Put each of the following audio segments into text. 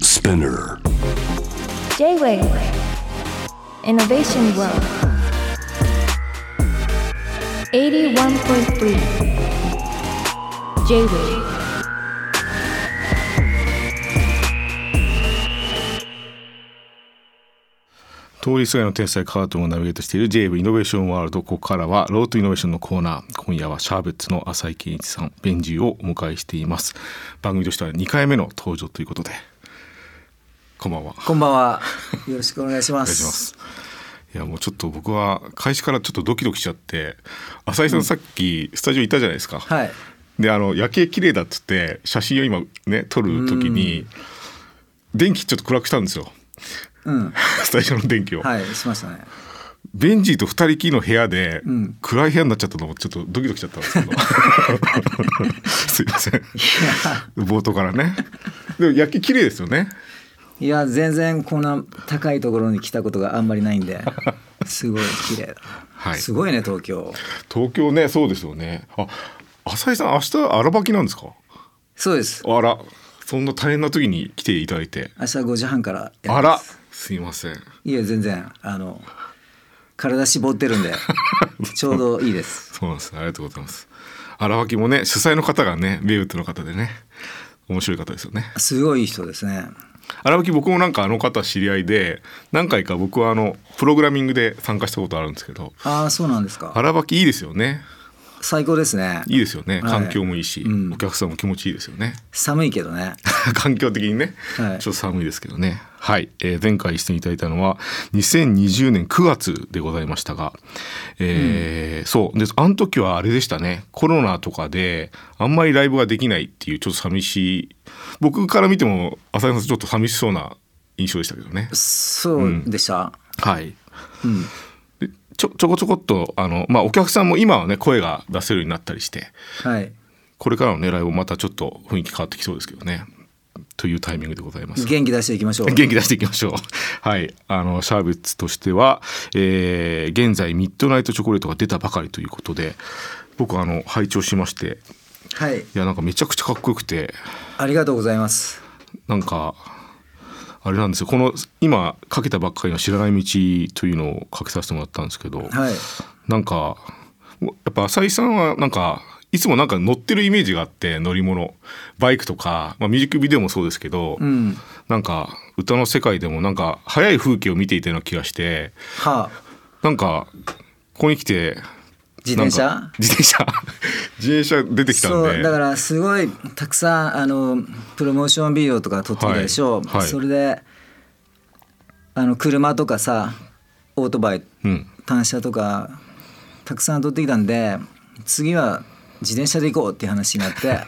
Spinner. J-Wave Innovation World 81.3 J-Wave 通りすがりの天才カートンをナビゲートしている JAVE イノベーションワールドここからはロートイノベーションのコーナー今夜はシャーベッツの浅井健一さんベンジーをお迎えしています番組としては2回目の登場ということでこんばんはこんばんは。よろしくお願いしま。お願いしますす。いやもうちょっと僕は開始からちょっとドキドキしちゃって浅井さんさっきスタジオいたじゃないですか、はい。であの夜景綺麗だっつって写真を今ね撮る時に電気ちょっと暗くしたんですよ うん。スタジオの電気を、はい、しましたね。ベンジーと二人きりの部屋で、ん暗い部屋になっちゃったのもちょっとドキドキしちゃったんですけ どすいません冒頭からねでも夜景綺麗ですよねいや、全然こんな高いところに来たことがあんまりないん で。すごい綺麗だ。はいすごいね、東京。東京ねそうですよねあ浅井さん明日荒ばきなんですかそうです。あら、そんな大変な時に来ていただいて。明日5時半からやありまらす。、すいません。いや、全然、あの。体絞っ てるんで。ちょうどいいです。そうなんです。ありがとうございます。荒脇もね、主催の方がね、名物の方でね、面白い方ですよね。すごいいい人ですね。荒脇僕もなんかあの方知り合いで、何回か僕はあのプログラミングで参加したことあるんですけど、ああ、そうなんですか。荒脇いいですよね。最高ですね。いいですよね。はい環境もいいし、うんお客さんも気持ちいいですよね。 寒いけどね。環境的にね、はいちょっと寒いですけどね。はい、えー前回出演いただいたのは2020年9月でございましたが、えーそうであの時はあれでしたねコロナとかであんまりライブができないっていうちょっと寂しい僕から見ても浅井さんちょっと寂しそうな印象でしたけどね。そうでした。はいうん。でちょちょこちょこっとあの、まあ、お客さんも今はね声が出せるようになったりしてはい。これからのねライブもまたちょっと雰囲気変わってきそうですけどねというタイミングでございます。元気出していきましょう。元気出していきましょう。 はい。あの、シャーベッツとしては、えー現在、ミッドナイトチョコレートが出たばかりということで、僕、あの、拝聴しまして、はい。いや、なんかめちゃくちゃかっこよくて、ありがとうございます。なんか、あれなんですよ。この、今、かけたばっかりの知らない道というのをかけさせてもらったんですけど、はい。なんか、やっぱ浅井さんは、なんか、いつもなんか乗ってるイメージがあって、乗り物。バイクとか、まあ、ミュージックビデオもそうですけど、うん。なんか歌の世界でもなんか早い風景を見ていたような気がしてはあ、なんかここに来て自転なん車か自転車 自転車出てきたんそうでだからすごいたくさんあのプロモーションビデオとか撮ってきたでしょ、はいはいそれであの車とかさオートバイうん、単車とかたくさん撮ってきたんで次は自転車で行こうっていう話になって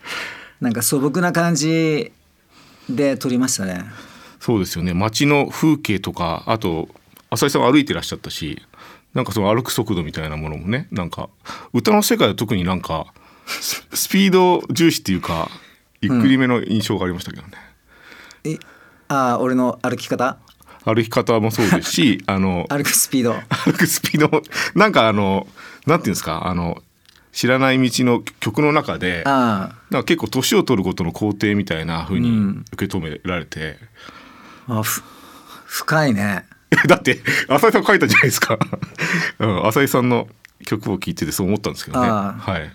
なんか素朴な感じで撮りましたねそうですよね街の風景とかあと浅井さんは歩いてらっしゃったしなんかその歩く速度みたいなものもねなんか歌の世界は特になんかススピード重視っていうかゆっくりめの印象がありましたけどね、えああ俺の歩き方歩き方もそうです しあの歩くスピ ード歩くスピードなんかあのなんていうんですかあの知らない道の曲の中でなんあか結構年を取ることの肯定みたいな風うにん受け止められて、ああふ深いね だって浅井さん書いたじゃないですか、 うん、浅井さんの曲を聴いててそう思ったんですけどねああはい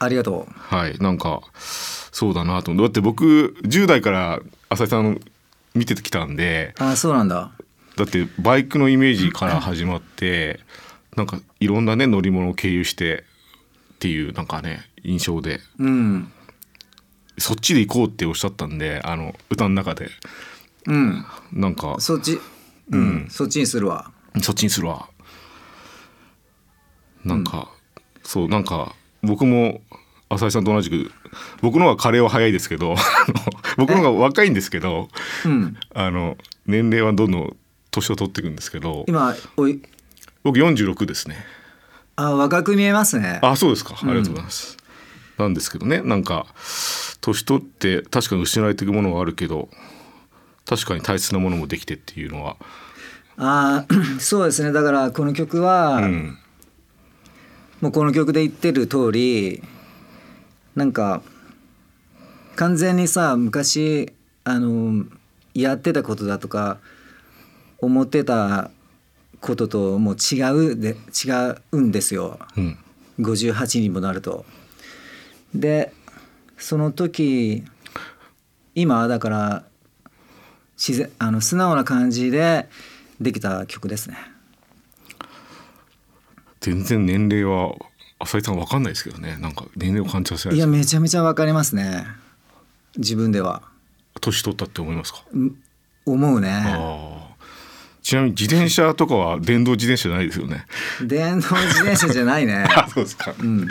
ありがとはいなんかそうだなと思ってだって僕10代から浅井さん見てきたんでうああそうなんだだってバイクのイメージから始まってなんかいろんなね乗り物を経由してっていうなんかね印象でうんそっちで行こうっておっしゃったんであの歌の中でうんなんかそそっちうん、そっちにするわっちにするわなんか、そうなんか僕も浅井さんと同じく僕の方がカレーは早いですけどあの 僕の方が若いんですけどうんあの年齢はどんどん年を取っていくんですけど今おい僕46ですね。ああ若く見えますねあそうですかありがとうございます、なんですけどねなんか年取って確かに失われていくものはあるけど確かに大切なものもできてっていうのは、ああ そうですねだからこの曲は、うん、もうこの曲で言ってる通りなんか完全にさ昔あのやってたことだとか思ってたことともう違うで違うんですようん58にもなると。でその時今はだから自然あの素直な感じでできた曲ですね。全然年齢は浅井さんわかんないですけどねなんか年齢を感じさせないいでやすめちゃめちゃわかりますね自分では年取ったって思いますか、思うねああちなみに自転車とかは電動自転車じゃないですよね電動自転車じゃな いねあ そうですか、うん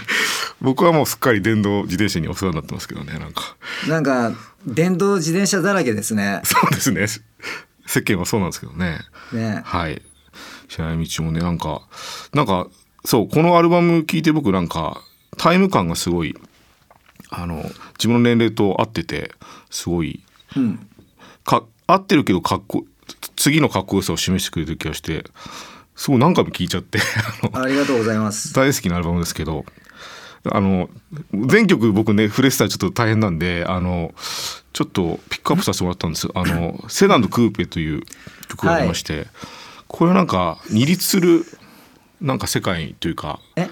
僕はもうすっかり電動自転車にお世話になってますけどねなんかなんか電動自転車だらけですねそうですね世間はそうなんですけどねねはい白井道もねなんかなんかそうこのアルバム聞いて僕なんかタイム感がすごいあの自分の年齢と合っててすごいうんか合ってるけどかっこ次のかっこよさを示してくれてる気がしてすごい何回も聞いちゃって あのありがとうございます大好きなアルバムですけどあの全曲僕ねフレスターちょっと大変なんであのちょっとピックアップさせてもらったんですあの「セダンとクーペ」という曲がありまして、これはなんか二律するなんか世界というかえ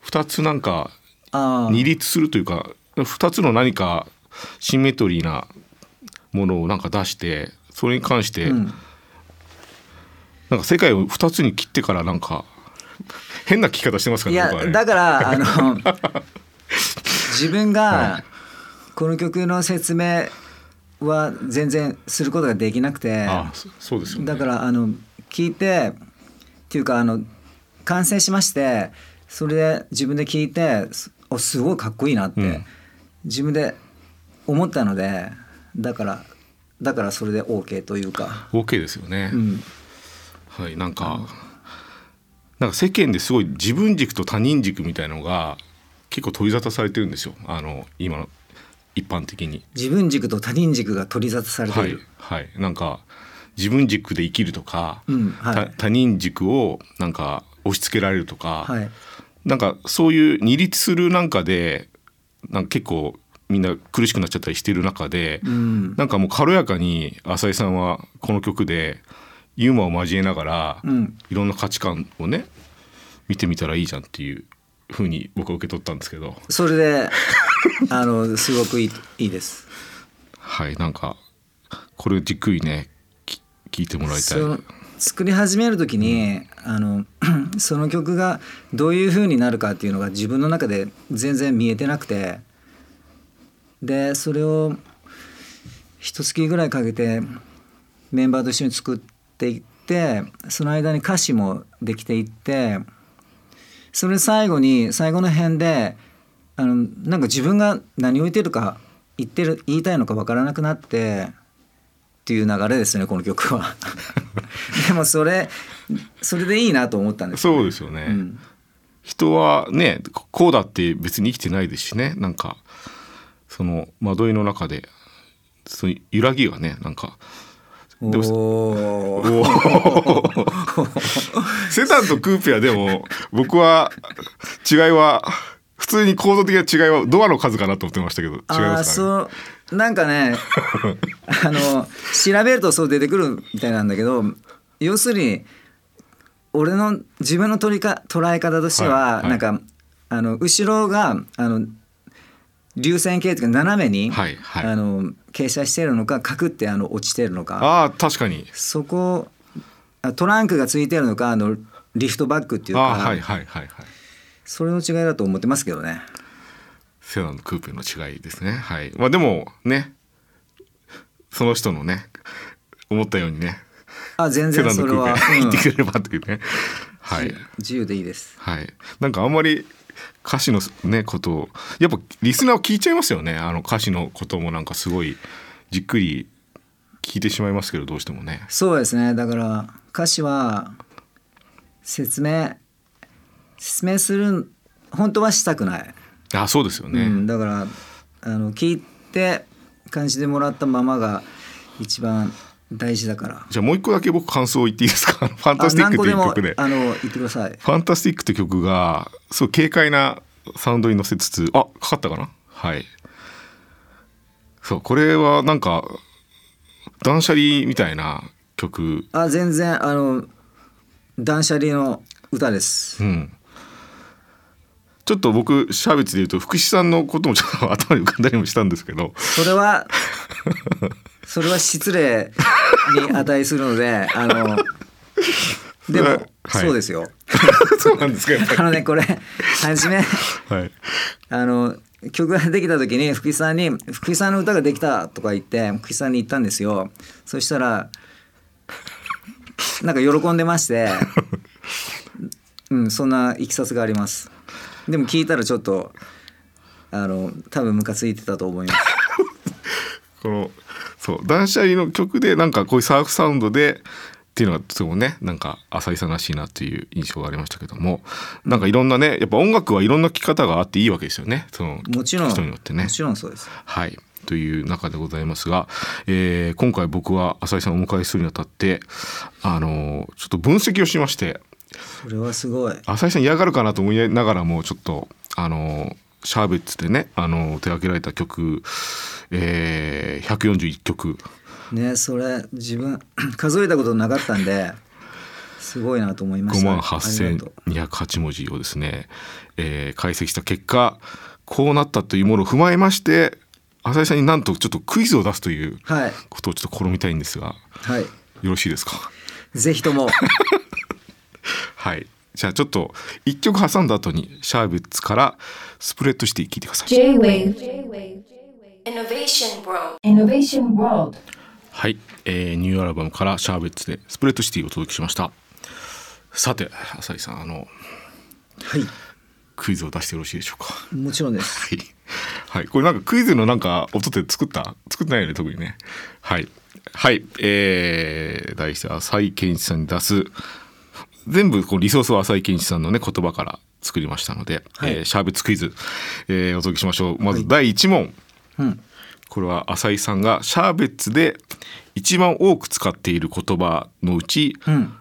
二つなんかあ二ー律するというか二つの何かシンメトリーなものをなんか出してそれに関して、うんなんか世界を二つに切ってからなんか変な聞き方してますかいらや僕はねだからあの 自分はがこの曲の説明は全然することができなくてあそそうですよねだからあの聞いてっていうかあの完成しましてそれで自分で聞いてすおすごいかっこいいなって、うん自分で思ったのでだからだからそれで OK というか、 OK ですよね、うん、はいなんかなんか世間ですごい自分軸と他人軸みたいのが結構取り沙汰されてるんですよあの今の一般的に自分軸と他人軸が取り沙汰されてはいいる、はいなんか自分軸で生きるとか、うんはいた他人軸をなんか押し付けられるとか、はいなんかそういう二律するなんかでなんか結構みんな苦しくなっちゃったりしてる中で、うんなんかもう軽やかに浅井さんはこの曲でユーモアを交えながら、うんいろんな価値観をね見てみたらいいじゃんっていうふうに僕は受け取ったんですけどそれで あのすごくいいいいです。はいなんかこれじっくりねき聞いてもらいたい。その作り始める時に、あの その曲がどういう風になるかっていうのが自分の中で全然見えてなくてでそれを一月ぐらいかけてメンバーと一緒に作っていってその間に歌詞もできていってそれ最後に最後の辺であのなんか自分が何を言ってるか言ってる言いたいのかわからなくなってっていう流れですねこの曲はでもそれそれでいいなと思ったんですそうですよね、うん人はねここうだって別に生きてないですしねなんかその惑いの中でそういう揺らぎがねなん かおでもおーおーセダンとクーペはでも僕は違いは普通に構造的な違いはドアの数かなと思ってましたけど違いあまーすかねそうなん かねあの調べるとそう出てくるみたいなんだけど要するに俺の自分の取りか捉え方としては、はいはいなんかあの後ろがあの流線形というか斜めに、はいはいあの傾斜してるのか角ってあの落ちてるのかああ確かにそこあトランクがついてるのかあのリフトバックっていうあか、あーはいはいはいはいそれの違いだと思ってますけどね。セダンとクーペの違いですねはいまあでもねその人のね思ったようにねあ 全セ然ダンそのれクーは、ペう入んってくれればっていうね、はい自由でいいです。はいなんかあんまり歌詞のねことをやっぱリスナーを聞いちゃいますよねあの歌詞のこともなんかすごいじっくり聞いてしまいますけどどうしてもねそうですねだから歌詞は説明説明する本当はしたくない、あそうですよね、うん、だからあの聞いて感じてもらったままが一番大事だからじゃあもう一個だけ僕感想を言っていいですか ファンタスティックという曲であ何個でもあの言ってくださいファンタスティックって曲がすごい軽快なサウンドに乗せつつあかかったかなはいそうこれはなんか断捨離みたいな曲、あ全然あの断捨離の歌ですうん、ちょっと僕シャーベッツで言うと福士さんのこともちょっと頭に浮かんだりもしたんですけ どそれ はそれは失礼に値するのであのでも、それははいそうですよそうなんですかやっぱ あのねこれ初めり、はい、あの曲ができた時に福井さんに「福井さんの歌ができた」とか言って福井さんに言ったんですよそしたらなんか喜んでましてうんそんないきさつがありますでも聞いたらちょっとあの多分ムカついてたと思いますこのそう断捨離の曲でなんかこういうサーフサウンドでっていうのがとてもねなんか浅井さんらしいなっていう印象がありましたけどもなんかいろんなねやっぱ音楽はいろんな聴き方があっていいわけですよねそのもちろん人によってねもちろんそうですはい。という中でございますが、えー今回僕は浅井さんをお迎えするにあたって、あのーちょっと分析をしまして、それはすごい浅井さん嫌がるかなと思いながらもちょっとあのシャーベッツでねあの手掛けられた曲、えー、141曲ねそれ自分数えたことなかったんですごいなと思いまし5た万ありがとう8208文字をですね、えー解析した結果こうなったというものを踏まえまして浅井さんになんとちょっとクイズを出すというはいことをちょっと試みたいんですがはいよろしいですかぜひと もはいじゃあちょっと1曲挟んだ後にシャーベッツからスプレッドシティ聞いてください。 J-Wave Innovation World. Innovation World はい、えーニューアルバムからシャーベッツでスプレッドシティをお届けしましたさて浅井さんあのはいクイズを出してよろしいでしょうかはもちろんですい、はい、これなんかクイズのなんか音って作った作ってないよね特にねはいはいえー、題して浅井健一さんに出す全部こうリソースは浅井健一さんのね言葉から作りましたので、はいえーシャーベッツクイズ、えーお届けしましょうまず第1問、うんこれは浅井さんがシャーベッツで一番多く使っている言葉のうち、うん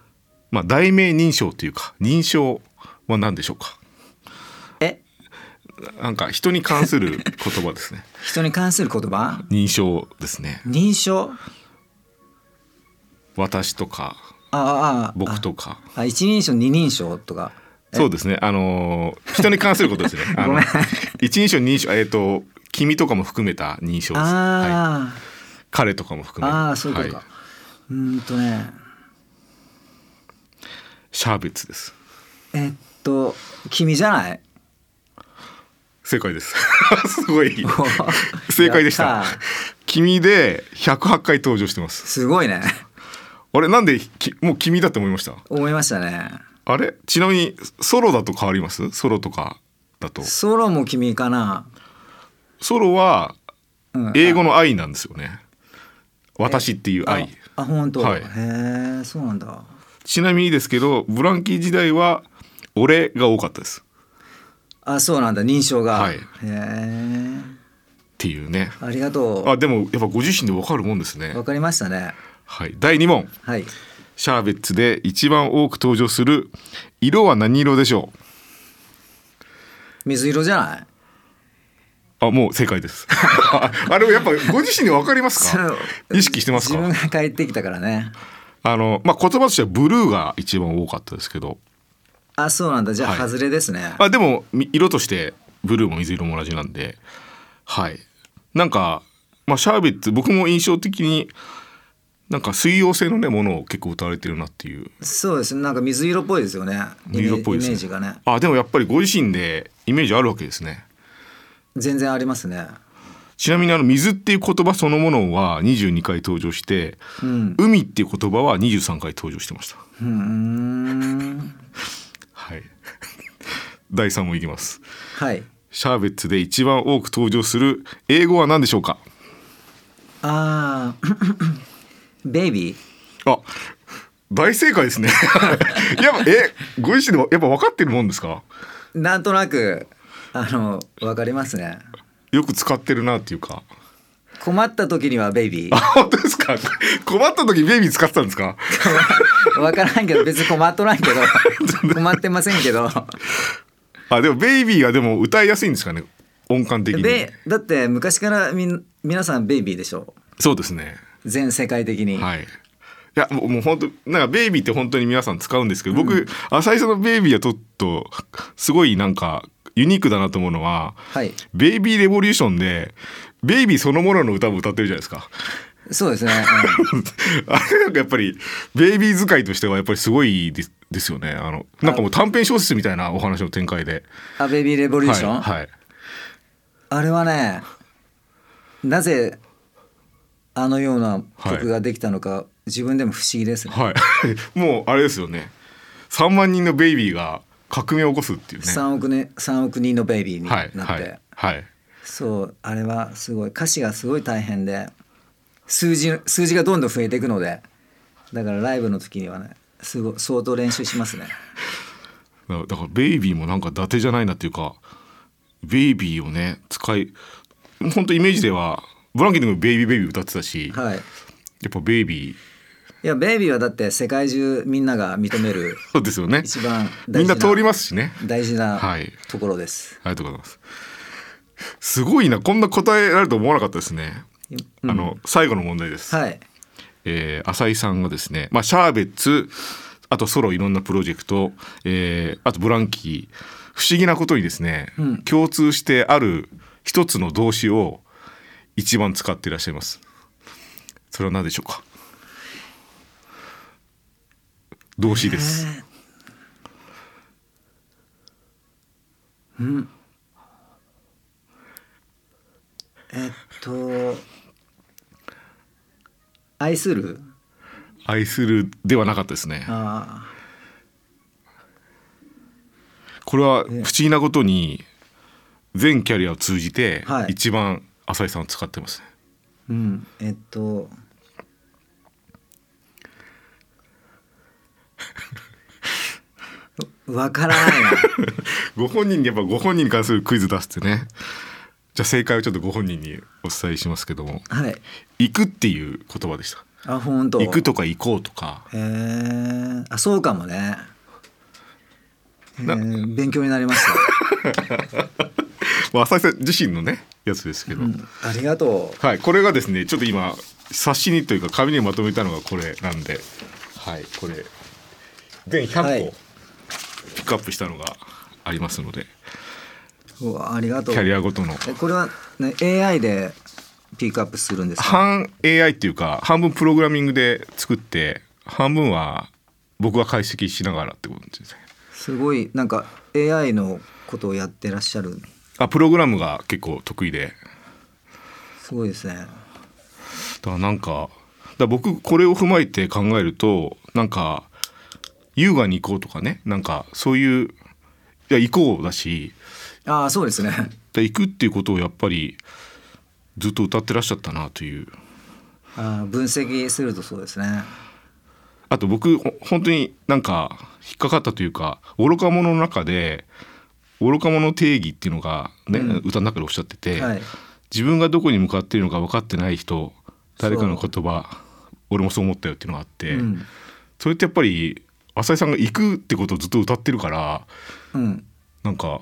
まあ、題名認証というか認証は何でしょうかえなんか人に関する言葉 ですね人に関する言葉認証ですね認証私とかあああ僕とかあ一人称二人称とかそうですねあのー人に関することです ねあの一人称認証えっ、と君とかも含めた認証です、はい、あ彼とかも含あ、めああそういうことか、はい、うーんとねシャーベッツですえっと君じゃない正解です すごい正解でしやたったー君で108回登場してますすごいねあれなんできもう君だって思いました思いましたねあれちなみにソロだと変わりますソロとかだとソロも君かな、ソロはうん、英語の愛なんですよね私っていう愛あ本当、はいへえそうなんだちなみにですけどブランキー時代は俺が多かったですあそうなんだ認証が、はいへえっていうねありがとあでもやっぱご自身でわかるもんですねうわかりましたねはい第2問はいシャーベッツで一番多く登場する色は何色でしょう水色じゃないあ、もう正解 です。ああれもやっぱご自身でわかりますかそう。意識してます自分か。が帰ってきたからねあの、まあ、言葉としてはブルーが一番多かったですけど。あそうなんだじゃあはい外れですね、あ、でもみ色としてブルーも水色も同じなんで。はい。なんか、まあ、シャーベッツ、僕も印象的に。なんか水溶性のね、ものを結構歌われてるなっていう。そうですねなんか水色っぽいですよねイメ水色っぽいですねイメージがねあ、でもやっぱりご自身でイメージあるわけですね。全然ありますねちなみにあの水っていう言葉そのものは22回登場して、うん海っていう言葉は23回登場してました。うーんはい。 第3問いきます。はいシャーベッツで一番多く登場する英語は何でしょうか。あーベイビーあ、大正解ですね。やっぱえ、ご自身でもやっぱ分かってるもんですか。なんとなくあのわかりますねよく使ってるなっていうか。困った時にはベイビあ、本当ですか。困った時ベイビー使ってたんですか。ーわからんけど別に困っとないけ ど困ってませんけどあ、でもベイビーはでも歌いやすいんですかね。音感的に。でだって昔からみん皆さんベイビーでしょそうですね。全世界的に、はい。いやもうもう本当なんかベイビーって本当に皆さん使うんですけど、僕浅井さんのベイビーはちょっとすごいなんかユニークだなと思うのは、はいベイビーレボリューションでベイビーそのものの歌も歌ってるじゃないですか。そうですね、 あれなんかやっぱりベイビー使いとしてはやっぱりすごいですですよね。あのなんかもう短編小説みたいなお話の展開で。うん、アベビーレボリューション、はい。はいあれはねなぜあのようなはい曲ができたのか、自分でも不思議ですねはい、 もうあれですよね3万人のベイビーが革命を起こすっていうね3億年3億人のベイビーになはっいて、はいはいそうあれはすごい歌詞がすごい大変で数字数字がどんどん増えていくのでだからライブの時にはねすごい相当練習しますねだだからベイビーもなんか伊達じゃないなっていうかベイビーをね使い本当イメージではブランケットのベイビーベイビー歌ってたし、やはいっぱベイビーいやベイビーはだって世界中みんなが認めるそうですよね一番み大ん事なな通りますしね大事なはいところです、ありがとうございますすごいなこんな答えられると思わなかったですね、あの最後の問題です、はいえー浅井さんがですね、まあ、シャーベッツあとソロいろんなプロジェクト、えーあとブランキー不思議なことにですね、共通してある一つの動詞を一番使っていらっしゃいますそれは何でしょうか動詞です、えっと愛する愛するではなかったですねあこれは不思議なことに全キャリアを通じてはい一番浅井さんを使ってますね、ーうんえっと わからないなご本人にやっぱご本人に関するクイズ出すってねじゃあ正解をちょっとご本人にお伝えしますけどもはい「行く」っていう言葉でしたあ本「当行く」とか「行こう」とかえー、あそうかもね、えなー、勉強になりました まあ浅井さん自身のねやつですけど、ありがとはいこれがですねちょっと今冊子にというか紙にまとめたのがこれなんではいこれ全は100い個ピックアップしたのがありますので、ううわありがとうキャリアごとのえこれは、ね、AI でピックアップするんですか半 AI っていうか半分プログラミングで作って半分は僕が解析しながらってことですねすごいなんか AI のことをやってらっしゃるあプログラムが結構得意ですごいですねだからなんかだから僕これを踏まえて考えるとなんか優雅に行こうとかねなんかそういういや行こうだしああそうですねで行くっていうことをやっぱりずっと歌ってらっしゃったなという あー分析するとそうですねあと僕ほ本当になんか引っかかったというか愚か者の中で愚か者定義っていうのがね、歌の中でおっしゃってて、はい自分がどこに向かっているのか分かってない人誰かの言葉俺もそう思ったよっていうのがあって、んそれってやっぱり浅井さんが行くってことをずっと歌ってるからうんなんか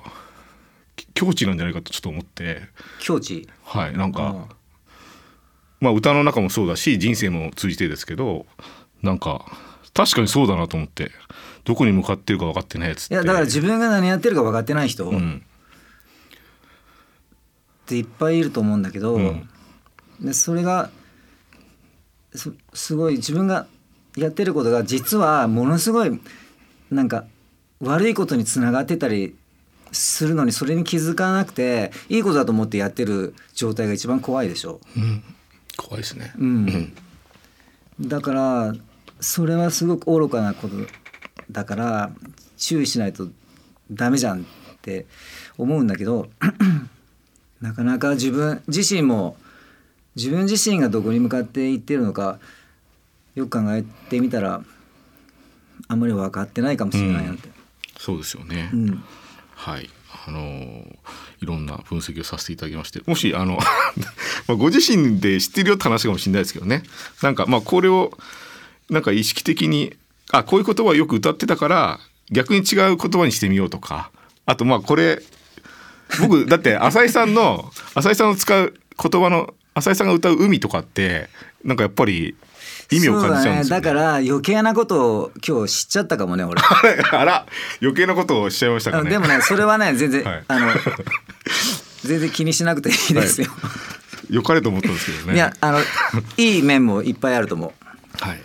き境地なんじゃないかとちょっと思って境地はいなんか、うんまあ歌の中もそうだし人生も通じてですけどなんか確かにそうだなと思ってどこに向かってるか分かってないやつっいてやだから自分が何やってるか分かってない人っうんていっぱいいると思うんだけど、うんでそれがすすごい自分がやってることが実はものすごいなんか悪いことにつながってたりするのにそれに気づかなくていいことだと思ってやってる状態が一番怖いでしょ。怖いですね、うん、だからそれはすごく愚かなことだから注意しないとダメじゃんって思うんだけど なかなか自分自身も自分自身がどこに向かっていってるのかよく考えてみたらあんまり分かってないかもしれないなって。そうですよね、うんはい、あのーいろんな分析をさせていただきまして、もしあの まあご自身で知ってるよって話かもしれないですけどね。なんかまあこれをなんか意識的にあこういう言葉をよく歌ってたから逆に違う言葉にしてみようとか、あとまあこれ僕だって浅井さんの浅井さんの使う言葉の浅井さんが歌う海とかってなんかやっぱり意味を感じちゃうんですそよ、うだね、だね。から余計なことを今日知っちゃったかもね俺 あら余計なことをしちゃいましたあかのね。でもねそれ はね全然、はいあの全然気にしなくていいですよ、良かれと思ったんですけどね。いやあのいい面もいっぱいあると思うはい。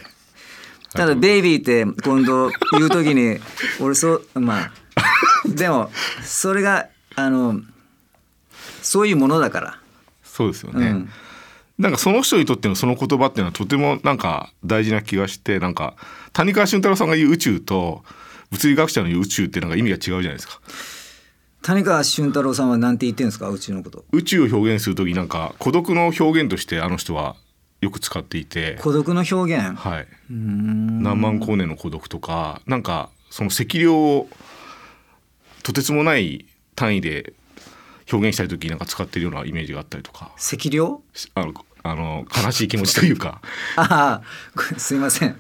ただ「ベイビー」って今度言う時に俺そうまあでもそれがあのそういうものだから、そうですようね。ん、なんかその人にとってのその言葉っていうのはとてもなんか大事な気がしてなんか谷川俊太郎さんが言う宇宙と物理学者の言う宇宙ってなんか意味が違うじゃないですか谷川俊太郎さんはなんて言ってんですかうちのこと宇宙を表現する時なんか孤独の表現としてあの人はよく使っていて、孤独の表現はい、うーん何万光年の孤独とかなんかその赤量をとてつもない単位で表現したい時なんか使ってるようなイメージがあったりとか赤量あのあの悲しい気持ちというか。ああこすいません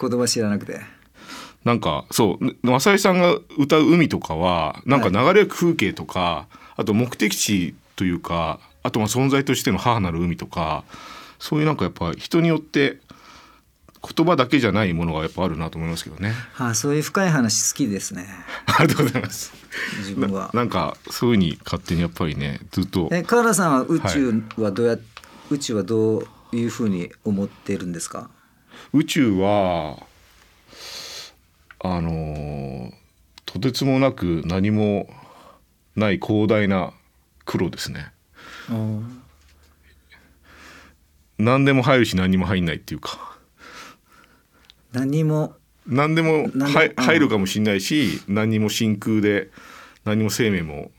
言葉知らなくてなんかそう浅井さんが歌う「海」とかはなんか流れる風景とか、あと目的地というかあとまあ存在としての母なる海とかそういうなんかやっぱ人によって言葉だけじゃないものがやっぱあるなと思いますけどね。 ああそういう深い話好きですねありがとうございます。自分なはなんかそういうふうに勝手にやっぱりねずっとえ河原さんは宇宙はどうや、宇宙はどういうふうに思ってるんですか宇宙はあのーとてつもなく何もない広大な黒ですね。何でも入るし何にも入んないっていうか何も何でも何でも入うん入るかもしれないし何にも真空で何も生命も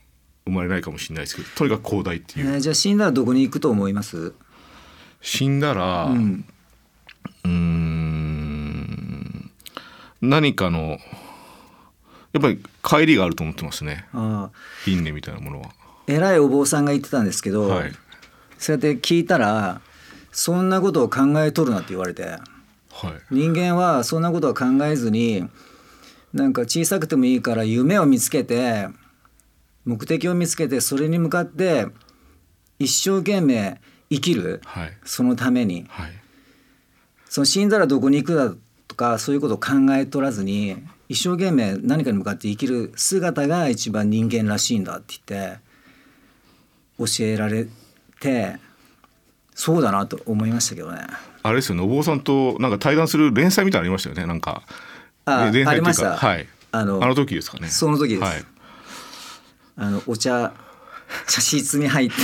生まれないかもしれないですけどとにかく広大ってえいう、ーじゃあ死んだらどこに行くと思います死んだらううんん、ーん何かのやっぱり帰りがあると思ってますねああ輪廻みたいなものは。偉いお坊さんが言ってたんですけど、はいそうやって聞いたらそんなことを考えとるなって言われてはい人間はそんなことは考えずになんか小さくてもいいから夢を見つけて目的を見つけてそれに向かって一生懸命生きるはいそのためにはいその死んだらどこに行くだとかそういうことを考えとらずに一生懸命何かに向かって生きる姿が一番人間らしいんだって言って教えられてそうだなと思いましたけどね。あれですよねお坊さんとなんか対談する連載みたいなのありましたよねなんかあ連載っていうかありましたはいあのあの時ですかねその時ですはいあのお茶茶室に入 って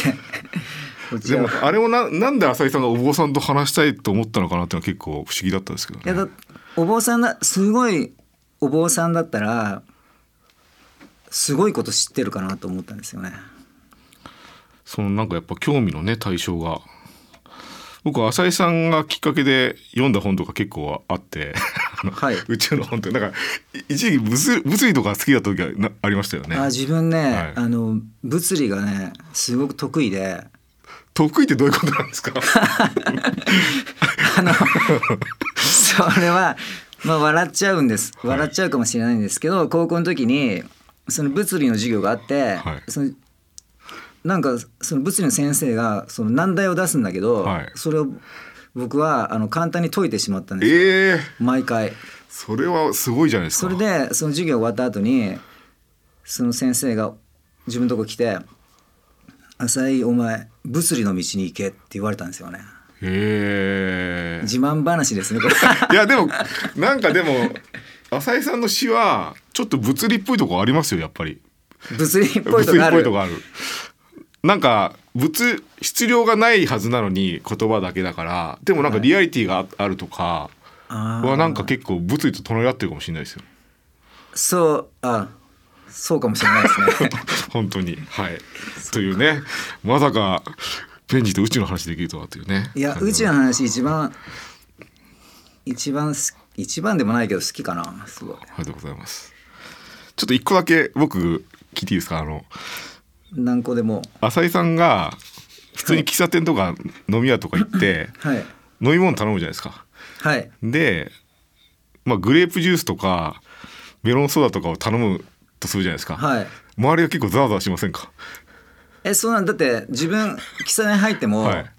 おで茶をもあれをななんで浅井さんがお坊さんと話したいと思ったのかなっていうのは結構不思議だったんですけどいやねだお坊さんだすごいお坊さんだったらすごいこと知ってるかなと思ったんですよね。そのなんかやっぱ興味のね対象が僕は浅井さんがきっかけで読んだ本とか結構あってあのはい 宇宙の本ってなんかい一時期物物理とか好きだった時はなありましたよねあ自分ね、はいあの物理がねすごく得意で 得意ってどういうことなんですかあのそれは、まあ、笑っちゃうんです笑っちゃうかもしれないんですけど、高校の時にその物理の授業があって、はいそのなんかその物理の先生がその難題を出すんだけど、はいそれを僕はあの簡単に解いてしまったんですよええ毎回。それはすごいじゃないですそかれでその授業終わった後にその先生が自分のとこ来て「浅井お前物理の道に行け」って言われたんですよね。へえ自慢話ですねこれ いやでもなんかでも浅井さんの詩はちょっと物理っぽいとこありますよやっぱり 物理っぽい物と理こあっぽいるとこあるなんか物質量がないはずなのに言葉だけだからでもなんかリアリティがああるとかあーはなんか結構物理と隣り合ってるかもしれないですよ そうあそうかもしれないですね本当にはいというねまさかベンジと宇宙の話できるとはというね いや感宇じ宙のの話一番一番好き一番でもないけど好きかなすごいありがとうございますちょっと一個だけ僕聞いていいですかあの何個でも浅井さんが普通に喫茶店とか飲み屋とか行 ってはい飲み物頼むじゃないですか。はいで、まあ、グレープジュースとかメロンソーダとかを頼むとするじゃないですか、はい周りが結構ザワザワしませんかえそうなんだって自分喫茶店入っても、はい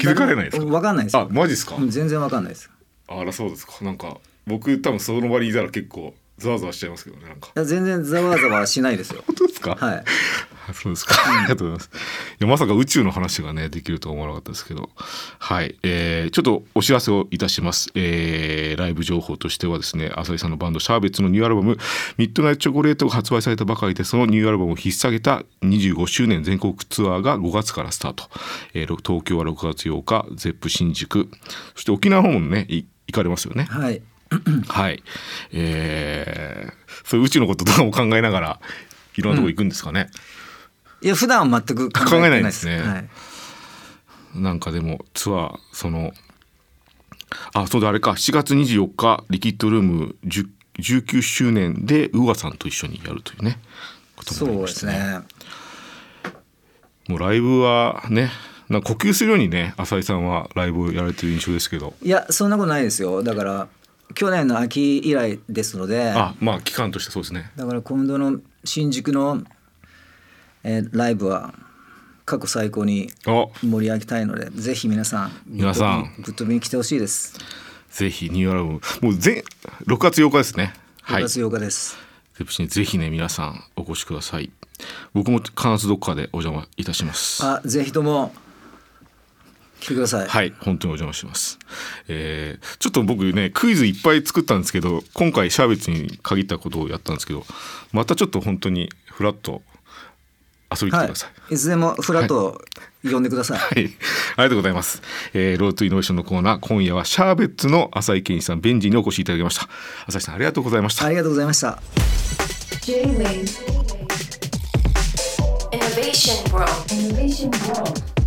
気づかれないですかわかんないですあよマジですか、うん全然わかんないですあらそうですかなんか僕多分その場にいたら結構ざわざわしちゃいますけどねなんかいや全然ざわざわしないですよ本当ですか、はいそうですか。ありがとうございます。いやまさか宇宙の話がねできるとは思わなかったですけど、はい、えーちょっとお知らせをいたします。えーライブ情報としてはですね、浅井さんのバンドシャーベッツのニューアルバムミッドナイトチョコレートが発売されたばかりで、そのニューアルバムを引っ提げた25周年全国ツアーが5月からスタート。えーろ東京は6月8日、ゼップ新宿、そして沖縄訪問ねい行かれますよね。はいはい。えーそういう宇宙のこととかも考えながら。いろんなとこ行くんですかね。いや普段は全く考えてないです考えないですねはい、なんかでもツアーそのあそうだあれか7月24日リキッドルーム10 19周年でウガさんと一緒にやるというねこともそありうまでしすたねねもうライブはねなんか呼吸するようにね浅井さんはライブをやられてる印象ですけどいやそんなことないですよだから去年の秋以来ですのであまあ期間としてそうですねだから今度の新宿の、えーライブは過去最高にあ盛り上げたいのでぜひ皆さん皆さんぶっ飛びに来てほしいですぜひニューアルバムもうぜ6月8日ですねは6い月8日です、ゼプシにぜひね皆さんお越しください僕も必ずどっかでお邪魔いたしますあぜひとも来てください、はい、本当にお邪魔します。えーちょっと僕ね、クイズいっぱい作ったんですけど、今回シャーベッツに限ったことをやったんですけど、またちょっと本当にフラッと遊びに来てください。い、いつでもフラット呼んでください、はい、ありがとうございます。えーロードトゥイノベーションのコーナー、今夜はシャーベッツの浅井健一さん、ベンジにお越しいただきました。浅井さん、ありがとうございました。ありがとうございました。 J-Wave Innovation World. Innovation World.